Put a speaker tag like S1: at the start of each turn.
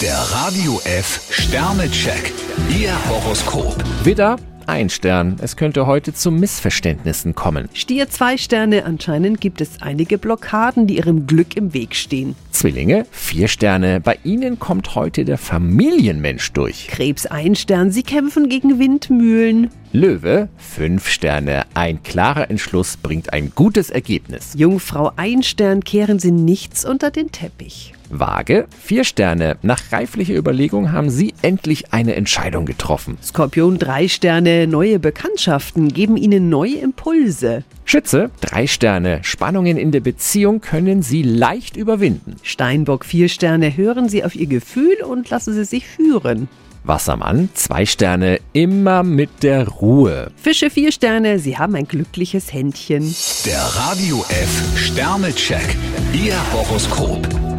S1: Der Radio F Sternecheck. Ihr Horoskop.
S2: Widder, ein Stern. Es könnte heute zu Missverständnissen kommen.
S3: Stier zwei Sterne, anscheinend gibt es einige Blockaden, die ihrem Glück im Weg stehen.
S2: Zwillinge, vier Sterne. Bei Ihnen kommt heute der Familienmensch durch.
S3: Krebs ein Stern, sie kämpfen gegen Windmühlen.
S2: Löwe, fünf Sterne. Ein klarer Entschluss bringt ein gutes Ergebnis.
S3: Jungfrau ein Stern, kehren sie nichts unter den Teppich.
S2: Waage, vier Sterne. Nach reiflicher Überlegung haben Sie endlich eine Entscheidung getroffen.
S3: Skorpion drei Sterne, neue Bekanntschaften geben ihnen neue Impulse.
S2: Schütze, drei Sterne. Spannungen in der Beziehung können Sie leicht überwinden.
S3: Steinbock vier Sterne, hören sie auf ihr Gefühl und lassen sie sich führen.
S2: Wassermann, zwei Sterne. Immer mit der Ruhe.
S3: Fische vier Sterne, sie haben ein glückliches Händchen.
S1: Der Radio F Sternecheck. Ihr Horoskop.